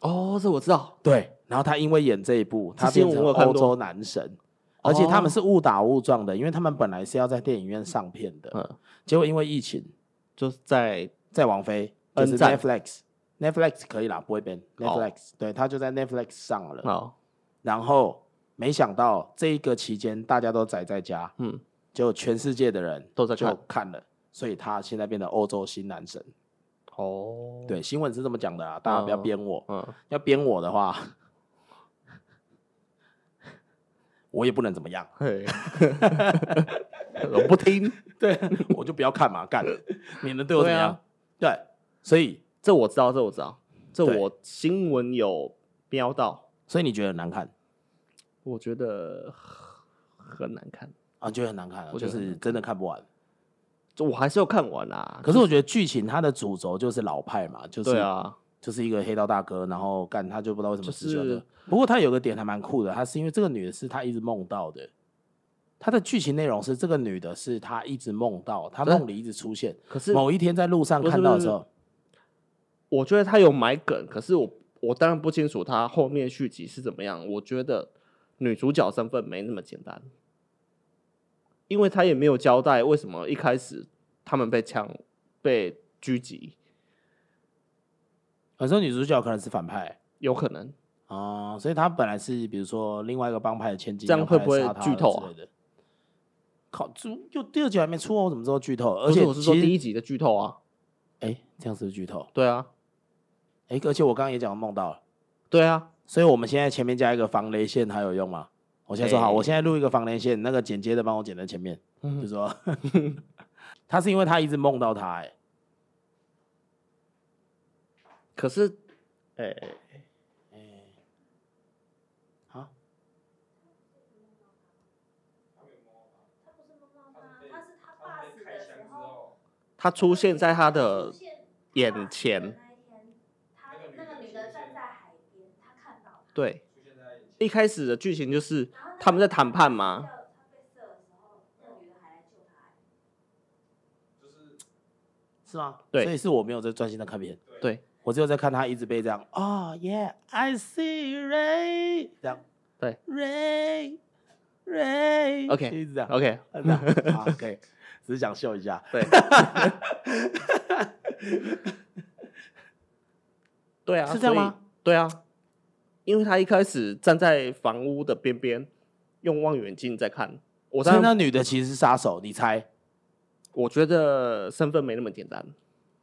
S2: 哦，这我知道，
S1: 对，然后他因为演这一部，他
S2: 这新
S1: 变
S2: 闻
S1: 成
S2: 我有看
S1: 欧
S2: 过
S1: 洲男神，而且他们
S2: 哦
S1: 是误打误撞的，因为他们本来是要在电影院上片的，
S2: 嗯，
S1: 结果因为疫情，
S2: 就是在
S1: 在王菲就是
S2: N 站
S1: Netflix。Netflix 可以啦，不会变。Netflix、对，他就在 Netflix 上了。
S2: 哦，
S1: 然后没想到这一个期间大家都宅在家，
S2: 嗯，
S1: 结果全世界的人
S2: 都在
S1: 就
S2: 看，
S1: 看了，所以他现在变成欧洲新男神。
S2: 哦，，
S1: 对，新闻是这么讲的啊，大家不要
S2: 哦
S1: 编我。
S2: 嗯，
S1: 要编我的话， 我也不能怎么样，
S2: 嘿， 我不听，
S1: 对， 我就不要看嘛，干，你能对我怎么样？
S2: 啊
S1: 对,、所以
S2: 这我知道，这我知道，这
S1: 对
S2: 我新闻有瞄到，
S1: 所以你觉得很难看
S2: 我觉得很难看，
S1: 啊？觉得很难看、啊，
S2: 我觉
S1: 就
S2: 得很嗯
S1: 是真的看不完。
S2: 就我还是要看完啦，
S1: 可是我觉得剧情它的主轴就是老派嘛，就是
S2: 对啊，
S1: 就是一个黑道大哥，然后干他就不知道为什么
S2: 就是
S1: 死去了。不过他有个点还蛮酷的，他是因为这个女的是他一直梦到的，他的剧情内容是这个女的是他一直梦到，他
S2: 对
S1: 梦里一直出现。
S2: 可是
S1: 某一天在路上
S2: 不是
S1: 看到
S2: 不
S1: 的
S2: 是
S1: 时候，
S2: 我觉得他有埋梗，可是我我当然不清楚他后面续集是怎么样。我觉得女主角身份没那么简单，因为他也没有交代为什么一开始他们被枪被狙击，
S1: 有时候女主角可能是反派
S2: 有可能
S1: 哦、所以她本来是比如说另外一个帮派的千金，
S2: 这样
S1: 要派来
S2: 会不会
S1: 杀她
S2: 剧透啊
S1: 之类的？靠，这就第二集还没出哦，我怎么知道剧透？而
S2: 不
S1: 且
S2: 是我是说
S1: 其实
S2: 第一集的剧透啊，
S1: 哎、这样是不是剧透？
S2: 对啊，
S1: 哎、而且我刚刚也讲梦到了，
S2: 对啊，
S1: 所以我们现在前面加一个防雷线还有用吗？我先说好，
S2: 哎
S1: 我现在录一个防雷线，那个剪接的帮我剪在前面，
S2: 嗯
S1: 就说 他是因为他一直梦到他、哎，
S2: 可是
S1: 啊，
S2: 哎、
S3: 他不是梦到他，他是他爸死的时候，
S2: 他出现在他的
S3: 出现
S2: 眼前，
S3: 那一天，他那个女的站在海边，他看到他，
S2: 对，一开始的剧情就是
S3: 然后那个
S2: 他们在谈判吗？
S3: 他被射的时候，那个女的还来救他，
S1: 是吗？
S2: 对
S1: 所以是我没有在专心的看片，
S2: 对，
S1: 我只有在看他一直被这样，哦耶，I see Ray，这样，
S2: 对
S1: ，Ray，Ray，
S2: OK
S1: 一直这样
S2: OK，
S1: 这样，好，可以，只是想秀一下。
S2: 对， 对啊，
S1: 是这样吗
S2: 所以？对啊，因为他一开始站在房屋的边边，用望远镜在看。我
S1: 我猜
S2: 当
S1: 那
S2: 然，
S1: 女的其实是杀手，你猜？
S2: 我觉得身份没那么简单。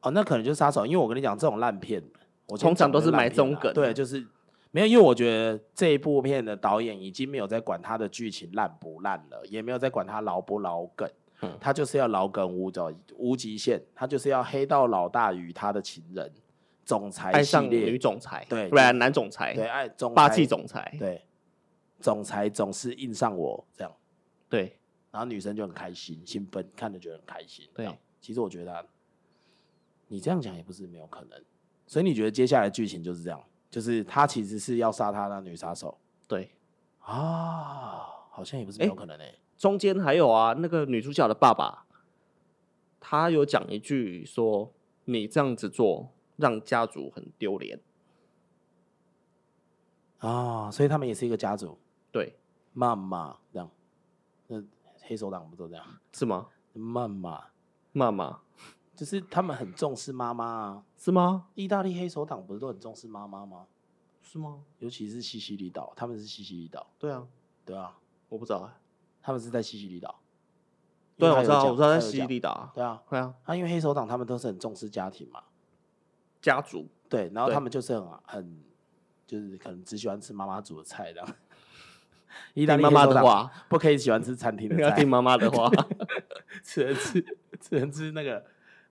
S1: 哦，那可能就是杀手，因为我跟你讲，这种烂片，我今天
S2: 通
S1: 讲
S2: 常都
S1: 的
S2: 是
S1: 烂
S2: 埋
S1: 片
S2: 中
S1: 啊
S2: 梗
S1: 对，
S2: 的
S1: 就是没有，因为我觉得这一部片的导演已经没有在管他的剧情烂不烂了，也没有在管他老不老梗，
S2: 嗯
S1: 他就是要老梗无极无极限，他就是要黑道老大与他的情人总裁
S2: 爱
S1: 系
S2: 上女
S1: 列，
S2: 总裁，
S1: 对
S2: 不然男总裁，
S1: 对，啊爱总
S2: 霸
S1: 裁
S2: 气，总裁，
S1: 对，总裁总是硬上我这样。
S2: 对
S1: 然后女生就很开心、兴奋，看着觉得很开心。
S2: 对
S1: 这样，其实我觉得啊你这样讲也不是没有可能。所以你觉得接下来的剧情就是这样，就是他其实是要杀他那女杀手
S2: 对。
S1: 啊，好像也不是没有可能诶、欸
S2: 中间还有啊，那个女主角的爸爸，他有讲一句说：“你这样子做，让家族很丢脸。
S1: 啊，所以他们也是一个家族，”
S2: 对，
S1: 妈妈这样，那黑手党不都这样？
S2: 是吗？
S1: 妈妈
S2: 妈妈
S1: 就是他们很重视妈妈啊，
S2: 是吗？
S1: 意大利黑手党不是都很重视妈妈吗？
S2: 是吗？
S1: 尤其是西西里岛，他们是西西里岛，
S2: 对啊，
S1: 对啊，
S2: 我不知道啊。
S1: 他们是在西西里岛。
S2: 对啊，
S1: 因
S2: 我
S1: 为
S2: 知
S1: 他有
S2: 道，
S1: 讲
S2: 我知道
S1: 他
S2: 在
S1: 有
S2: 西
S1: 讲
S2: 里岛啊。
S1: 对啊，
S2: 对啊，
S1: 啊，因为黑手党他们都是很重视家庭嘛，
S2: 家族
S1: 对，然后
S2: 对
S1: 他们就是很很，就是可能只喜欢吃妈妈煮的菜这 样。意大利
S2: 听
S1: 黑
S2: 妈妈
S1: 手
S2: 的
S1: 党
S2: 话，
S1: 不可以喜欢吃餐厅的
S2: 要 听
S1: 菜，
S2: 妈妈的话。
S1: 只能吃只能吃那个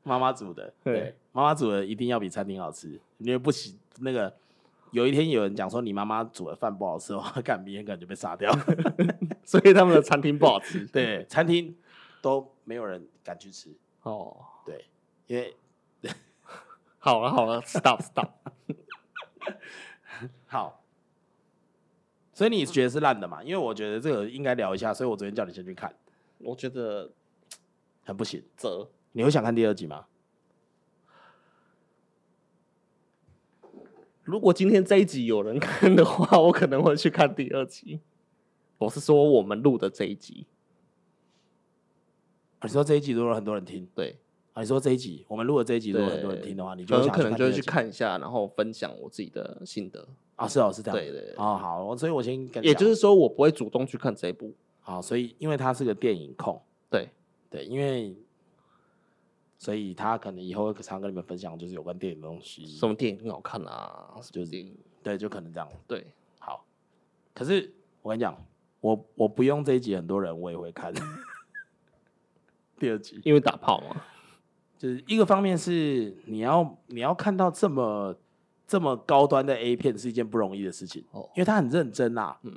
S1: 妈妈煮的。
S2: 对
S1: 对，妈妈煮的一定要比餐厅好吃，因为不行那个。有一天有人讲说你妈妈煮的饭不好吃的话，干明天可能就被杀掉。
S2: 所以他们的餐厅不好吃。
S1: 对，餐厅都没有人敢去吃，
S2: 哦，
S1: 对，因为
S2: 好了好了，stop stop。
S1: 好，所以你觉得是烂的嘛？因为我觉得这个应该聊一下，所以我昨天叫你先去看，
S2: 我觉得
S1: 很不行。
S2: 折
S1: 你会想看第二集吗？
S2: 如果今天这一集有人 看的话，我可能会去看第二集。我是说我们录的这一集，
S1: 啊你说这一集如果很多人听，
S2: 对，
S1: 啊你说这一集我们录的这一集如果很多人
S2: 对
S1: 听的话，你就
S2: 有
S1: 会想
S2: 可能就
S1: 第
S2: 会
S1: 二
S2: 去
S1: 集
S2: 看一下，然后分享我自己的心得。
S1: 啊？是哦，是这样。
S2: 对对对
S1: 哦，好，我所以我先跟你
S2: 也
S1: 讲
S2: 就是说，我不会主动去看这一部。
S1: 好，所以因为他是个电影控，
S2: 对，
S1: 对，因为所以他可能以后会常跟你们分享就是有关电影的东西，
S2: 什么电影很好看啊？
S1: 嗯
S2: 什
S1: 就
S2: 么
S1: 是
S2: 电影？
S1: 对，就可能这样。
S2: 对，
S1: 好，可是我跟你讲，我我不用这一集，很多人我也会看。 第二集
S2: 因为打炮嘛。
S1: 就是一个方面是你要你要看到这么这么高端的 A 片是一件不容易的事情，
S2: 哦
S1: 因为他很认真啊。
S2: 嗯，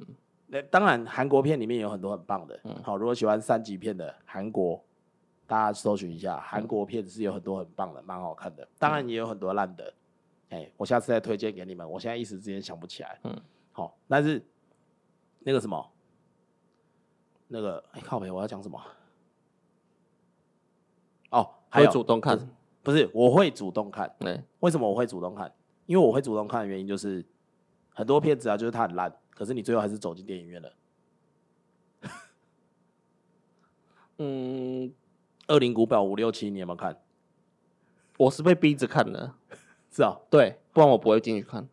S1: 那当然韩国片里面有很多很棒的，
S2: 嗯
S1: 好，如果喜欢三级片的韩国。大家搜寻一下，韩国片是有很多很棒的，蛮好看的，当
S2: 嗯
S1: 然也有很多烂的。哎、我下次再推荐给你们，我现在一时之间想不起来。
S2: 嗯，
S1: 好，但是那个什么，那个哎、靠北，我要讲什么？哦，还
S2: 会
S1: 有
S2: 主动看。
S1: 不是，我会主动看。
S2: 对，
S1: 为什么我会主动看？因为我会主动看的原因就是，很多片子啊，就是它很烂，可是你最后还是走进电影院了。
S2: 嗯，
S1: 《恶灵古堡五六七》你有没有看？
S2: 我是被逼着看的，
S1: 是啊，
S2: 对，不然我不会进去看，
S1: 可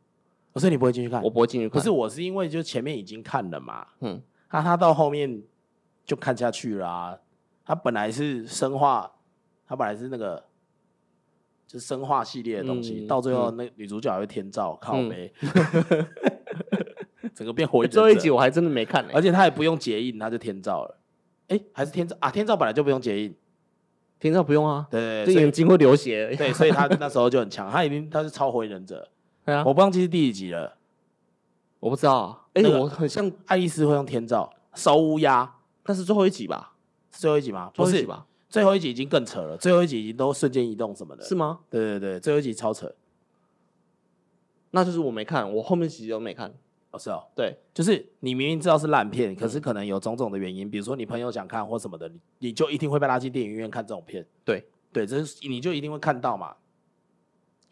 S1: 哦是你不会进去看
S2: 我。不会进去
S1: 可
S2: 看。
S1: 是，我是因为就前面已经看了嘛，
S2: 嗯，
S1: 那、他到后面就看下去啦、他本来是生化，他本来是那个就是生化系列的东西，
S2: 嗯
S1: 到最后那女主角还会天照、靠背， 整个变火影
S2: 欸
S1: 忍者。
S2: 最后一集我还真的没看呢、欸
S1: 而且他也不用结印，他就天照了。哎、还是天照啊？天照本来就不用结印，
S2: 天照不用啊，
S1: 对
S2: 这
S1: 对对所以
S2: 眼睛会流血而已。
S1: 对，所以他那时候就很强，他已经他是超火影忍者，
S2: 对啊，
S1: 我忘记是第几集了。
S2: 我不知道啊，哎、
S1: 那个
S2: 我很像，
S1: 爱丽丝会用天照烧乌鸦，
S2: 但是最后一集吧，
S1: 是最后一集吗？
S2: 最
S1: 不
S2: 后一
S1: 是
S2: 集，吧，
S1: 最后一集已经更扯了，最后一集已经都瞬间移动什么的。
S2: 是吗？
S1: 对对对，最后一集超扯。
S2: 那就是我没看，我后面几集都没看。
S1: 哦，是哦，
S2: 对，
S1: 就是你明明知道是烂
S2: 嗯
S1: 片，可是可能有种种的原因，比如说你朋友想看或什么的，你你就一定会被拉进电影院看这种片。
S2: 对
S1: 对，这是你就一定会看到嘛。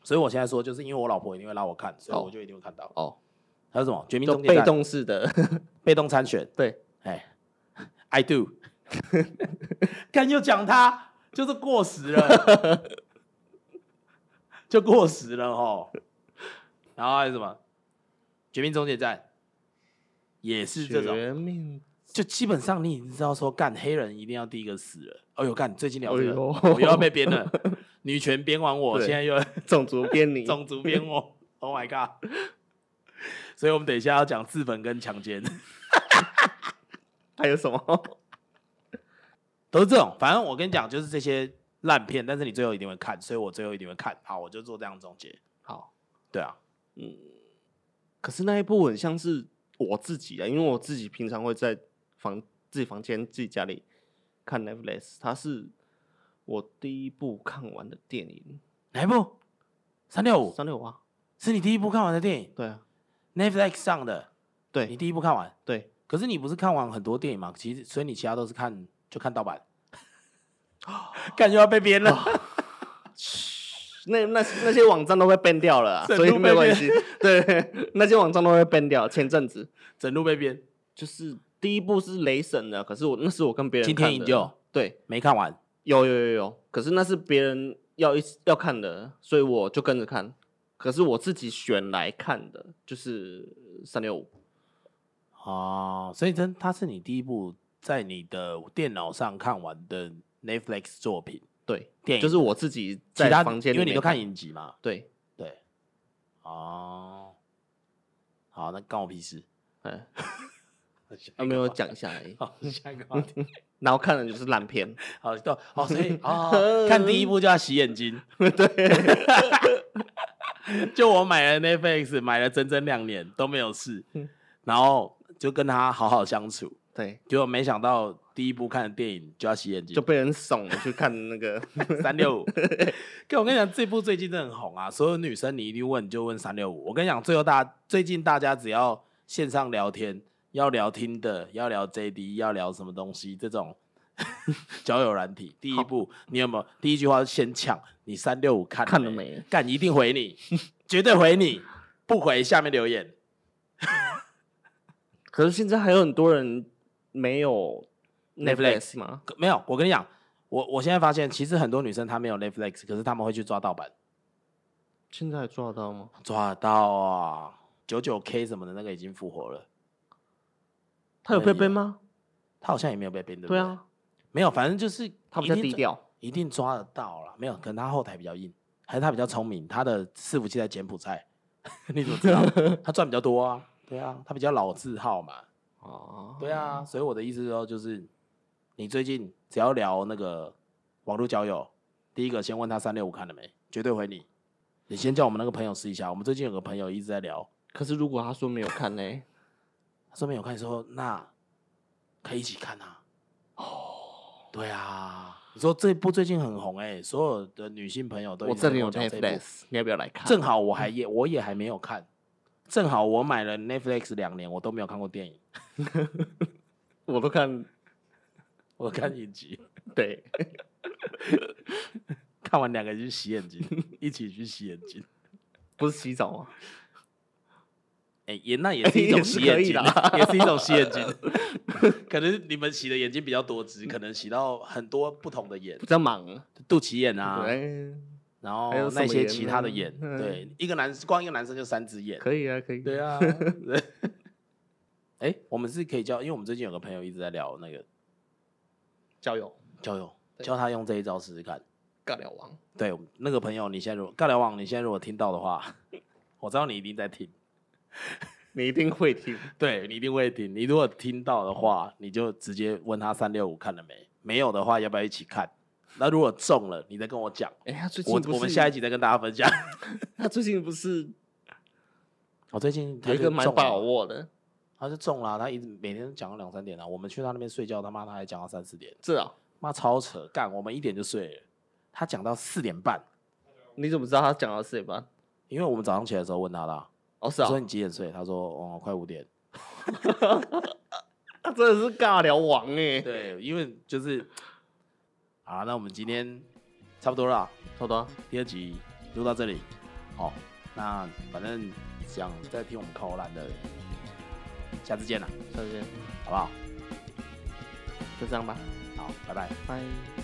S1: 所以我现在说，就是因为我老婆一定会拉我看，所以
S2: 哦
S1: 我就一定会看到。
S2: 哦，
S1: 还有什么《绝命
S2: 就
S1: 终结
S2: 被
S1: 战》
S2: 动式 的，
S1: 被动参选，
S2: 对，
S1: 哎，I do，干又讲他，就是过时了， 就过时了哦。然后还有什么《绝命终结战》，也是这种，
S2: 绝命，
S1: 就基本上你已经知道说，干黑人一定要第一个死了。哎呦，干最近聊这
S2: 哎
S1: 个，
S2: 呦
S1: 我又要被编 了，女权编完我，
S2: 对
S1: 现在又
S2: 种族编 你
S1: 种族编我，Oh my god！所以我们等一下要讲自焚跟强奸，
S2: 还有什么？
S1: 都是这种。反正我跟你讲，就是这些烂片，但是你最后一定会看，所以我最后一定会看。好，我就做这样的总结。
S2: 好，
S1: 对啊，
S2: 可是那一部很像是我自己啊的，因为我自己平常会在房自己房间自己家里看 Netflix，它是我第一部看完的电影，
S1: 哪一部？三六五
S2: 三六五啊，
S1: 是你第一部看完的电影
S2: 对啊，
S1: ，Netflix 上的，你
S2: 对
S1: 第一部看完。
S2: 对，
S1: 可是你不是看完很多电影吗？其实，所以你其他都是看就看盗版，感觉要被编了。
S2: 哦那那那些网站都被 ban 掉了啊、
S1: 整
S2: 所以
S1: 路
S2: 没
S1: 被
S2: 有关
S1: ban
S2: 系， 对，那些网站都被 ban 掉。前阵子
S1: 整路被编，
S2: 就是第一部是雷神的，可是我那是我跟别人
S1: 今
S2: 看
S1: 天
S2: 的
S1: 营救
S2: 对，
S1: 没看完，
S2: 有有有有，可是那是别人要一起要看的，所以我就跟着看。可是我自己选来看的，就是三六五。
S1: 哦，所以真它是你第一部在你的电脑上看完的 Netflix 作品，
S2: 对，
S1: 电影
S2: 就是我自己
S1: 其
S2: 在
S1: 他
S2: 房间里
S1: 因为你
S2: 面
S1: 都看影集嘛，
S2: 对，
S1: 对，哦，好，那干我屁 事。
S2: 哎，啊没有讲一下而已。
S1: 好，下一个话题，
S2: 然后看的就是烂片，
S1: 好，到哦，所 以哦，看第一部就要洗眼睛，
S2: 对，
S1: 就我买了 Netflix，买了整整两年都没有事，
S2: 嗯
S1: 然后就跟他好好相处，
S2: 对，
S1: 结果没想到第一部看的电影就要洗眼睛，
S2: 就被人怂了去看那个
S1: 三六五。跟我跟你讲，这部最近真的很红啊，所有女生你一定问你就问三六五。我跟你讲，最后大最近大家只要线上聊天，要聊听的，要聊 JD，要聊什么东西这种 交友软体，第一步你有没有？第一句话先抢你三六五看
S2: 看了？没？
S1: 干一定回你，绝对回你，不回下面留言。
S2: 可是现在还有很多人没有
S1: Netflix
S2: Netflix 吗？
S1: 没有，我跟你讲，我我现在发现，其实很多女生她没有 Netflix，可是她们会去抓盗版，
S2: 现在还抓得到吗？
S1: 抓到啊，九九 K 什么的那个已经复活了。
S2: 他有被
S1: 没有
S2: ban 吗？
S1: 他好像也没有被编，对不
S2: 对啊，
S1: 没有，反正就是
S2: 他比
S1: 一
S2: 较
S1: 定
S2: 低
S1: 抓，
S2: 调。
S1: 一定抓得到了。没有，可能他后台比较硬，还是他比较聪明，他的伺服器在柬埔寨， 你怎么知道？ 他赚比较多啊，对啊，他比较老字号嘛，
S2: 哦，
S1: 对啊。所以我的意思说，就是你最近只要聊那个网络交友，第一个先问他三六五看了没，绝对回你。你先叫我们那个朋友试一下，我们最近有个朋友一直在聊，
S2: 可是如果他说没有看呢？
S1: 他说没有看，说那可以一起看啊。哦，对啊，你说这部最近很红哎、所有的女性朋友都
S2: 我
S1: 一直在
S2: 这
S1: 跟
S2: 里有
S1: 讲这部
S2: Netflix，你要不要来看？
S1: 正好我还也我也还没有看，正好我买了 Netflix 两年，我都没有看过电影，
S2: 我都看，
S1: 我看影集，
S2: 对，
S1: 看完两个人去洗眼睛，一起去洗眼睛，
S2: 不是洗澡吗？啊
S1: 哎、也那也是一种
S2: 也是
S1: 洗
S2: 可
S1: 眼
S2: 以
S1: 睛啊
S2: 啦，
S1: 也是一种洗眼睛，可能你们洗的眼睛比较多汁，可能洗到很多不同的眼
S2: 比，较忙，
S1: 肚脐眼啊，
S2: 对，
S1: 然后
S2: 还有什
S1: 那
S2: 么
S1: 些
S2: 眼
S1: 其他的
S2: 呢
S1: 眼，
S2: 嗯
S1: 对，一个男光一个男生就三只 眼，
S2: 可以啊，可以。
S1: 对啊对，哎，我们是可以教，因为我们最近有个朋友一直在聊那个
S2: 交友
S1: 交友，
S2: 对
S1: 教他用这一招试试看。
S2: 尬聊王，
S1: 对，那个朋友，你现在如果尬聊网，你现在如果听到的话， 我知道你一定在听，
S2: 你一定会听，
S1: 对你一定会听。你如果听到的话，你就直接问他三六五看了没，没有的话，要不要一起看？那如果中了，你再跟我讲，
S2: 哎，他最近
S1: 我
S2: 不
S1: 我们
S2: 是
S1: 下一，集再跟大家分享。
S2: 他最近不是
S1: 我最近他
S2: 有一
S1: 就
S2: 个蛮
S1: 中
S2: 把
S1: 了
S2: 握的，
S1: 他就中了啊、他一直每天讲到两三点啊。我们去他那边睡觉，他妈他还讲到三四点，
S2: 是啊，
S1: 妈超扯，干我们一点就睡了，他讲到四点半，
S2: 你怎么知道他讲到四点半？
S1: 因为我们早上起来的时候问他啦，
S2: 哦，是
S1: 我
S2: 啊
S1: 说，你几点睡？他说哦、快五点。
S2: 他啊真的是尬聊王哎，
S1: 对，因为就是啊，那我们今天差不多了啊，
S2: 好的啊，
S1: 第二集录到这里，好、那反正想再听我们扣篮的，下次见啦，
S2: 下次见，
S1: 好不好？
S2: 就这样吧，
S1: 好，拜拜。
S2: 拜。